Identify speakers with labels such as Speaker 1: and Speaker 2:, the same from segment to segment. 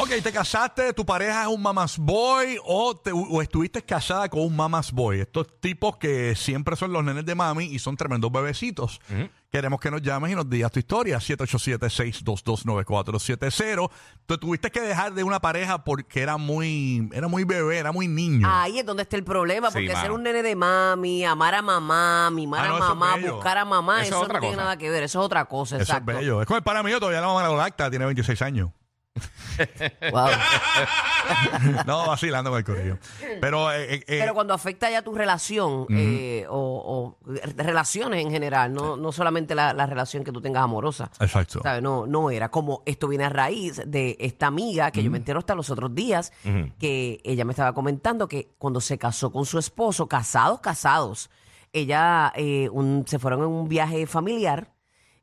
Speaker 1: Ok, te casaste, tu pareja es un mamas boy o, te- o estuviste casada con un mamas boy. Estos tipos que siempre son los nenes de mami y son tremendos bebecitos. Queremos que nos llames y nos digas tu historia. 787-622-9470. Tú tuviste que dejar de una pareja porque era muy, era muy bebé, era muy niño.
Speaker 2: Ahí es donde está el problema,
Speaker 3: Sí,
Speaker 2: porque ser
Speaker 3: mano.
Speaker 2: un nene de mami, amar a mamá, mimar
Speaker 1: Ah, no,
Speaker 2: a
Speaker 1: eso es
Speaker 2: mamá,
Speaker 1: bello.
Speaker 2: buscar a mamá,
Speaker 3: Eso es
Speaker 2: eso, no
Speaker 3: otra
Speaker 2: tiene
Speaker 3: cosa.
Speaker 2: nada que ver, eso es otra cosa,
Speaker 1: Eso es
Speaker 2: exacto.
Speaker 1: bello. Es como el pana mío, todavía la mamá la lacta, tiene 26 años.
Speaker 2: Wow.
Speaker 1: No, vacilando con el corillo. Pero, eh, eh, eh,
Speaker 2: Pero cuando afecta ya tu relación eh, o, o relaciones en general, no, no solamente la, la relación que tú tengas amorosa.
Speaker 1: exacto.
Speaker 2: ¿Sabes? No, no era como esto viene a raíz de esta amiga que yo me entero hasta los otros días que ella me estaba comentando que cuando se casó con su esposo, casados, casados, ella eh, un- se fueron en un viaje familiar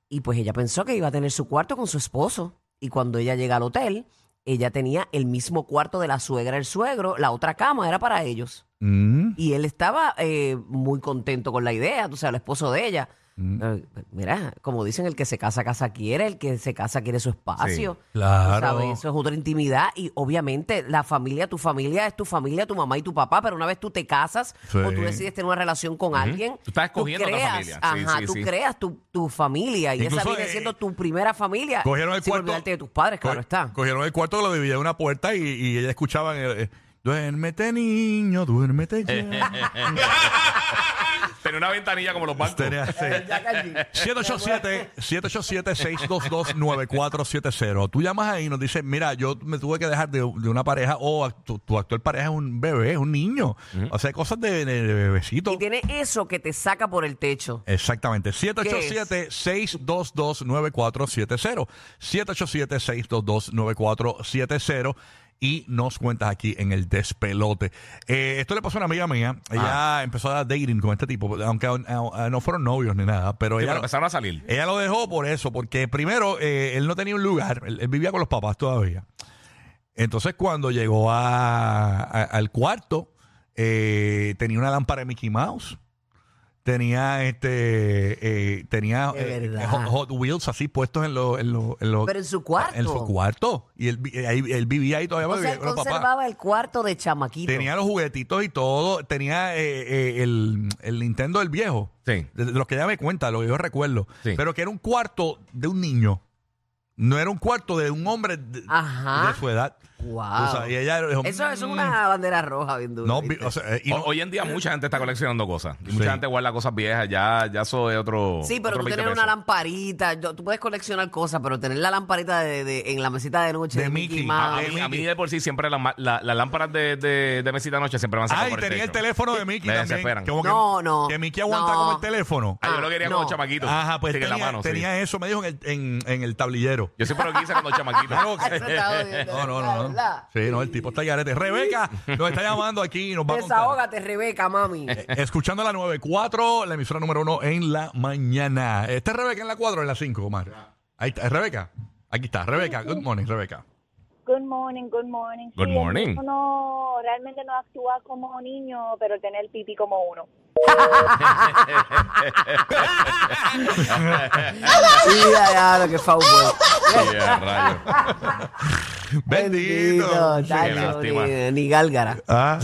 Speaker 2: y pues ella pensó que iba a tener su cuarto con su esposo y cuando ella llega al hotel, ella tenía el mismo cuarto de la suegra, el suegro, la otra cama era para ellos.
Speaker 1: Mm.
Speaker 2: Y él estaba eh, muy contento con la idea, tú sabes, el esposo de ella.
Speaker 1: Mm.
Speaker 2: Eh, Mira, como dicen, el que se casa, casa quiere, el que se casa quiere su espacio.
Speaker 3: Sí,
Speaker 2: Tú
Speaker 1: claro.
Speaker 2: sabes, eso es otra intimidad y obviamente la familia, tu familia es tu familia, tu mamá y tu papá, pero una vez tú te casas
Speaker 1: Sí.
Speaker 2: o tú decides tener una relación con alguien,
Speaker 3: Tú estás escogiendo otra
Speaker 2: creas,
Speaker 3: familia. Sí,
Speaker 2: ajá,
Speaker 3: sí,
Speaker 2: tú
Speaker 3: sí.
Speaker 2: creas tu, tu familia y esa
Speaker 1: Incluso,
Speaker 2: viene
Speaker 1: eh,
Speaker 2: siendo tu primera familia.
Speaker 1: Cogieron el
Speaker 2: sin
Speaker 1: cuarto.
Speaker 2: olvidarte de tus padres, claro
Speaker 1: co-
Speaker 2: está.
Speaker 1: Cogieron el cuarto, lo dividieron en una puerta y, y ella escuchaba. en el- eh, duérmete, niño, duérmete. ya.
Speaker 3: Tenía una ventanilla como los bancos.
Speaker 1: Tenía- sí. 787 787-622-9470. Tú llamas ahí y nos dices, mira, yo me tuve que dejar de, de una pareja o act- tu, tu actual pareja es un bebé, es un niño. O sea, cosas de, de- de bebecito.
Speaker 2: Y tiene eso que te saca por el techo.
Speaker 1: Exactamente. 787-622-9470. 787-622-9470. Y nos cuentas aquí en el despelote. Eh, esto le pasó a una amiga mía.
Speaker 3: Ah.
Speaker 1: Ella empezó a dar dating con este tipo, aunque aún- aún- aún no fueron novios ni nada, pero
Speaker 3: Sí, pero
Speaker 1: ella.
Speaker 3: empezaron a salir.
Speaker 1: Ella lo dejó por eso, porque primero eh, él no tenía un lugar, él, él vivía con los papás todavía. Entonces cuando llegó a- a- al cuarto, eh, tenía una lámpara de Mickey Mouse, tenía este, eh, tenía
Speaker 2: De
Speaker 1: eh,
Speaker 2: verdad.
Speaker 1: Hot- Hot Wheels así puestos en los, en los, en los-
Speaker 2: Pero en su cuarto.
Speaker 1: en su cuarto y él, vi- eh, ahí- él vivía ahí todavía
Speaker 2: O
Speaker 1: porque
Speaker 2: sea,
Speaker 1: vivía
Speaker 2: él
Speaker 1: con los papás.
Speaker 2: conservaba el cuarto de chamaquito.
Speaker 1: Tenía los juguetitos y todo. Tenía eh, eh, el, el Nintendo del viejo.
Speaker 3: Sí.
Speaker 1: De, de los que ya me cuenta, lo que yo recuerdo.
Speaker 3: Sí.
Speaker 1: Pero que era un cuarto de un niño. No era un cuarto de un hombre de,
Speaker 2: Ajá.
Speaker 1: de su edad.
Speaker 2: Wow.
Speaker 1: O sea, y ella dijo,
Speaker 2: Eso, eso es
Speaker 1: "Mm".
Speaker 2: una bandera roja, bien dura.
Speaker 1: No, vi-
Speaker 2: ¿viste?
Speaker 1: o sea, eh, y
Speaker 3: O-
Speaker 1: no-
Speaker 3: Hoy en día mucha gente está coleccionando cosas. Y
Speaker 1: Sí.
Speaker 3: Mucha gente guarda cosas viejas. Ya, ya eso es otro.
Speaker 2: sí, pero
Speaker 3: otro
Speaker 2: tú
Speaker 3: 20
Speaker 2: tener una
Speaker 3: pesos.
Speaker 2: lamparita, yo- tú puedes coleccionar cosas, pero tener la lamparita de, de- en la mesita de noche
Speaker 1: De
Speaker 2: de Mickey,
Speaker 1: Mickey.
Speaker 2: Mouse.
Speaker 3: A mí, a mí de por sí siempre la ma- la- las lámparas de, de, de mesita de noche siempre van a
Speaker 1: Ay, tenía el teléfono de Mickey
Speaker 3: Me
Speaker 1: también.
Speaker 3: desesperan.
Speaker 1: que como que-
Speaker 2: No, no.
Speaker 1: Que Mickey aguanta
Speaker 2: No.
Speaker 1: con el teléfono.
Speaker 3: Ah, yo lo quería
Speaker 2: Ah,
Speaker 3: con
Speaker 2: no.
Speaker 3: los chamaquitos.
Speaker 1: Ajá, pues
Speaker 3: Sí,
Speaker 1: tenía,
Speaker 3: en la mano, sí.
Speaker 1: tenía eso, me dijo en el, en- en el tablillero.
Speaker 3: Yo siempre lo quise con los chamaquitos.
Speaker 1: Claro
Speaker 2: Eso está jodido,
Speaker 1: No, no,
Speaker 2: ¿verdad?
Speaker 1: no, no.
Speaker 2: ¿verdad?
Speaker 1: Sí, no, el tipo está garete. Rebeca nos está llamando aquí y nos va a contar.
Speaker 2: Desahógate, Rebeca, mami.
Speaker 1: Eh, Escuchando la 94, la emisora número uno en la mañana. ¿Está Rebeca en la 4 o en la 5, Omar? Ahí está, Rebeca. Aquí está, Rebeca. Good morning, Rebeca.
Speaker 4: Good morning, good morning.
Speaker 3: Good
Speaker 4: el
Speaker 3: morning.
Speaker 4: niño No, realmente no actúa como niño, pero tiene el pipí como uno.
Speaker 2: Y ya, ya, lo que fue un buen-
Speaker 3: Sí, a rayos.
Speaker 1: Bendito.
Speaker 2: tacho,
Speaker 3: lástima.
Speaker 2: ni, ni gálgara.
Speaker 1: Ah,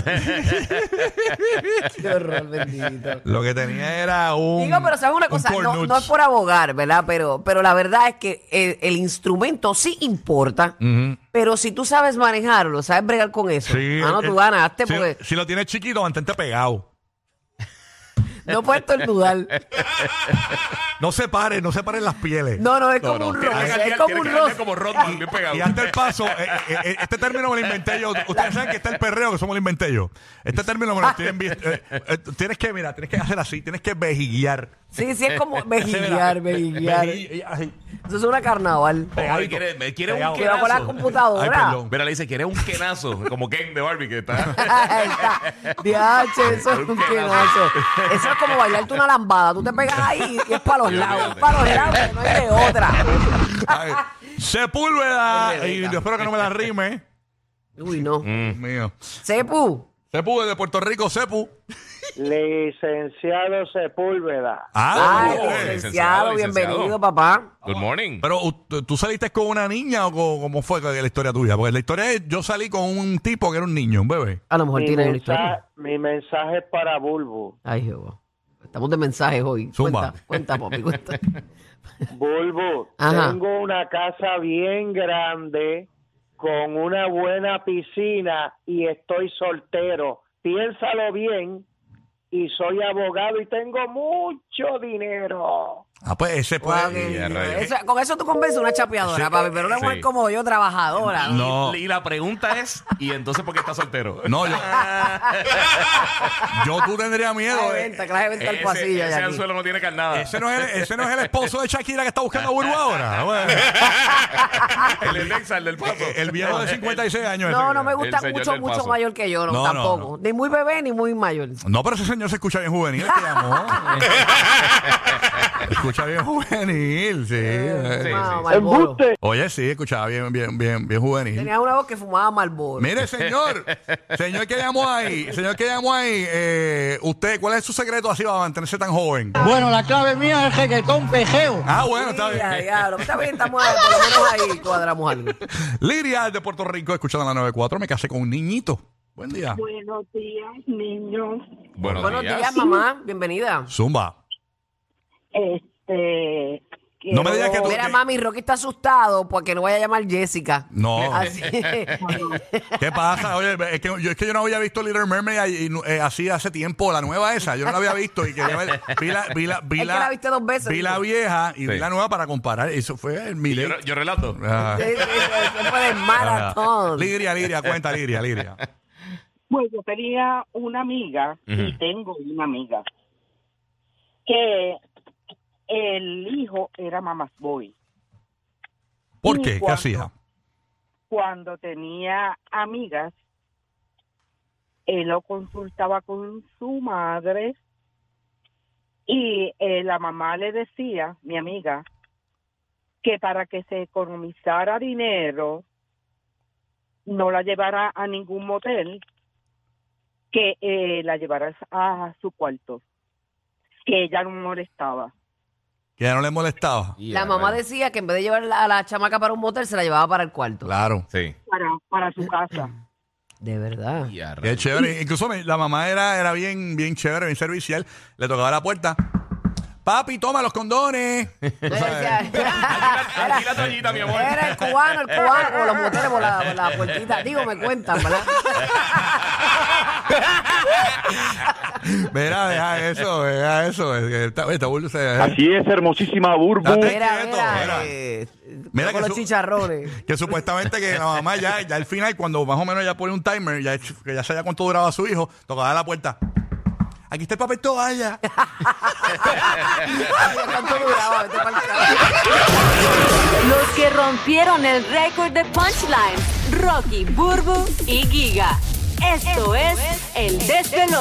Speaker 2: Qué horror, bendito.
Speaker 1: lo que tenía era un.
Speaker 2: Digo, pero sabes una
Speaker 1: un
Speaker 2: cosa, no,
Speaker 1: cornuch.
Speaker 2: no es por abogar, ¿verdad? Pero, pero la verdad es que el, el instrumento sí importa,
Speaker 1: Ujú.
Speaker 2: pero si tú sabes manejarlo, sabes bregar con eso,
Speaker 1: Sí,
Speaker 2: mano,
Speaker 1: eh,
Speaker 2: Ah, tú ganaste
Speaker 1: si,
Speaker 2: porque
Speaker 1: si lo tienes chiquito, mantente pegado.
Speaker 2: no puedes tornudar.
Speaker 1: No se paren, no se paren las pieles.
Speaker 2: No, no, es
Speaker 3: No,
Speaker 2: como
Speaker 3: no,
Speaker 2: un
Speaker 3: tiene que
Speaker 2: roce,
Speaker 3: cambiar,
Speaker 2: es como
Speaker 3: tiene
Speaker 2: un
Speaker 3: que cambiar
Speaker 2: roce.
Speaker 3: como Rodman, bien pegado.
Speaker 1: Y hasta el paso, eh, eh, eh, este término me lo inventé yo. Ustedes saben que está el perreo, que somos lo inventé yo. Este término me lo tienen visto. eh, eh, tienes que, mira, tienes que hacer así, tienes que vejiguear.
Speaker 2: Sí, sí, es como vejiguear, vejiguear. Eso
Speaker 1: Vejigue- así.
Speaker 2: es una carnaval.
Speaker 3: Ay, quiere, me quiere un
Speaker 2: Que va con la
Speaker 3: quenazo.
Speaker 1: Ay,
Speaker 2: computadora.
Speaker 1: perdón.
Speaker 3: Mira, le dice, ¿quieres un quenazo? Como Ken de Barbie que está.
Speaker 2: Ahí está. DH, eso es un quenazo. Eso es como bailarte una lambada. Tú te pegas ahí y es para los lados. Es para los lados, que no hay de otra.
Speaker 1: Ay, Sepúlveda.
Speaker 2: Es
Speaker 1: Y
Speaker 2: Rebeca.
Speaker 1: yo espero que no me la rime.
Speaker 3: Mm.
Speaker 2: Uy, no.
Speaker 1: Dios mío.
Speaker 2: Sepu,
Speaker 1: Sepu de Puerto Rico, Sepu.
Speaker 5: Licenciado Sepúlveda.
Speaker 1: Ah,
Speaker 2: Ay,
Speaker 1: ok.
Speaker 3: eh,
Speaker 2: licenciado,
Speaker 3: licenciado,
Speaker 2: bienvenido,
Speaker 3: licenciado.
Speaker 2: papá.
Speaker 3: Good morning.
Speaker 1: Pero ¿tú- tú saliste con una niña o co- cómo fue que- la historia tuya? Porque la historia es, yo salí con un tipo que era un niño, un bebé.
Speaker 2: A lo mejor
Speaker 5: Mi,
Speaker 2: tiene una
Speaker 5: mensa-
Speaker 2: historia.
Speaker 5: mi mensaje es para Bulbu.
Speaker 2: Ay, Jehová. Estamos de mensajes hoy.
Speaker 1: Zumba.
Speaker 2: Cuenta, cuenta, papi, cuenta.
Speaker 5: Bulbu,
Speaker 2: Ajá.
Speaker 5: tengo una casa bien grande con una buena piscina y estoy soltero. Piénsalo bien y soy abogado y tengo mucho dinero.
Speaker 1: Ah, pues ese puede...
Speaker 2: Guau, qué
Speaker 3: ya,
Speaker 2: lindo.
Speaker 3: rayos.
Speaker 2: Eso- con eso tú convences una chapeadora,
Speaker 1: Sí.
Speaker 2: papi, pero una mujer
Speaker 3: Sí.
Speaker 2: como yo, trabajadora.
Speaker 1: No.
Speaker 3: Y, y la pregunta es, ¿y entonces por qué estás soltero?
Speaker 1: No, yo... yo tú tendría miedo.
Speaker 2: Clase de
Speaker 1: eh.
Speaker 2: venta, clase de venta al
Speaker 3: Ese-
Speaker 2: pasillo.
Speaker 3: ese
Speaker 2: Jackie.
Speaker 3: anzuelo no tiene carnada.
Speaker 1: Ese no, es el, ese no es el esposo de Shakira que está buscando a Burbu ahora. Bueno,
Speaker 3: el del Texas, el del Paso.
Speaker 1: el viejo de 56 años.
Speaker 2: No,
Speaker 1: ese.
Speaker 2: no me gusta
Speaker 3: El señor
Speaker 2: mucho,
Speaker 3: del
Speaker 2: mucho
Speaker 3: paso.
Speaker 2: mayor que yo, no,
Speaker 1: No, no,
Speaker 2: tampoco.
Speaker 1: no.
Speaker 2: Ni muy bebé ni muy mayor.
Speaker 1: No, pero ese señor se escucha bien juvenil, el que llamó. escucha bien juvenil, sí.
Speaker 3: sí,
Speaker 2: Ma-
Speaker 3: sí.
Speaker 2: Marlboro.
Speaker 5: ¡Embuste!
Speaker 1: Oye, sí, escuchaba bien, bien, bien, bien juvenil.
Speaker 2: Tenía una voz que fumaba Marlboro.
Speaker 1: Mire, señor, señor que llamó ahí, señor que llamó ahí, eh, usted, ¿cuál es su secreto así para mantenerse tan joven?
Speaker 6: Bueno, la clave mía es reggaetón pejeo.
Speaker 1: Ah, bueno, está
Speaker 2: Sí,
Speaker 1: bien.
Speaker 2: ya, diablo. Está bien, estamos por lo menos ahí cuadramos algo.
Speaker 1: Liria de Puerto Rico, escuchando la 94, me casé con un niñito. Buen día.
Speaker 4: Buenos días, niños.
Speaker 3: Buenos,
Speaker 2: Buenos días, mamá. Bienvenida.
Speaker 1: Zumba.
Speaker 4: Este.
Speaker 1: No me digas que tú-
Speaker 2: Mira, mami, Rocky está asustado porque no vaya a llamar Jessica.
Speaker 1: No.
Speaker 2: Así
Speaker 1: ¿Qué pasa? Oye, es que yo, es que yo no había visto Little Mermaid ahí, eh, así hace tiempo, la nueva esa. Yo no la había visto y quería ver. Vi la, vi la, vi
Speaker 2: Es que la viste dos veces,
Speaker 1: Vi la
Speaker 2: dijo.
Speaker 1: vieja y vi
Speaker 3: Sí.
Speaker 1: la nueva para comparar. Eso fue el
Speaker 3: Yo,
Speaker 1: milenio.
Speaker 3: re- yo relato.
Speaker 1: Ah.
Speaker 2: Sí, sí, sí, eso fue de maratón.
Speaker 1: Liria, Liria, cuenta, Liria, Liria.
Speaker 7: Pues yo tenía una amiga, y
Speaker 3: Ujú.
Speaker 7: tengo una amiga, que el hijo era mamás boy.
Speaker 1: ¿Por
Speaker 7: Y
Speaker 1: qué? ¿Qué
Speaker 7: cuando-
Speaker 1: hacía?
Speaker 7: Cuando tenía amigas, él lo consultaba con su madre y eh, la mamá le decía, mi amiga, que para que se economizara dinero, no la llevara a ningún motel, que eh, la llevara a su cuarto, que ella no molestaba.
Speaker 1: Que ya no le molestaba.
Speaker 2: La mamá decía que en vez de llevar a la chamaca para un motel, se la llevaba para el cuarto.
Speaker 1: Claro.
Speaker 3: Sí.
Speaker 7: para, para su casa.
Speaker 2: De verdad.
Speaker 3: Ya,
Speaker 1: Qué
Speaker 3: rayos.
Speaker 1: chévere. Incluso me- la mamá era, era bien, bien chévere, bien servicial. Le tocaba la puerta. Papi, toma los condones.
Speaker 2: No, yo decía-
Speaker 3: Aquí la toallita, mi amor.
Speaker 2: Era el cubano, el cubano, como los moteles por la, por la puertita. Digo, me cuentan, ¿verdad?
Speaker 1: Mira, deja eso, deja eso. Eh, Esta, esta burla se-
Speaker 5: Así es, hermosísima Burbu.
Speaker 1: Date
Speaker 2: Mira,
Speaker 1: quieto,
Speaker 2: mira.
Speaker 1: mira.
Speaker 2: eh,
Speaker 1: Mira
Speaker 2: con
Speaker 1: que
Speaker 2: los
Speaker 1: su-
Speaker 2: chicharrones.
Speaker 1: Que supuestamente que la mamá ya, ya al final, cuando más o menos ya pone un timer, ya, que ya sabía cuánto duraba su hijo, tocaba la puerta. Aquí está el papel toalla.
Speaker 2: Ay, ¿Cuánto duraba? este Vete pa'l carajo.
Speaker 8: Los que rompieron el récord de punchline, Rocky, Burbu y Giga. Esto es el desvelo.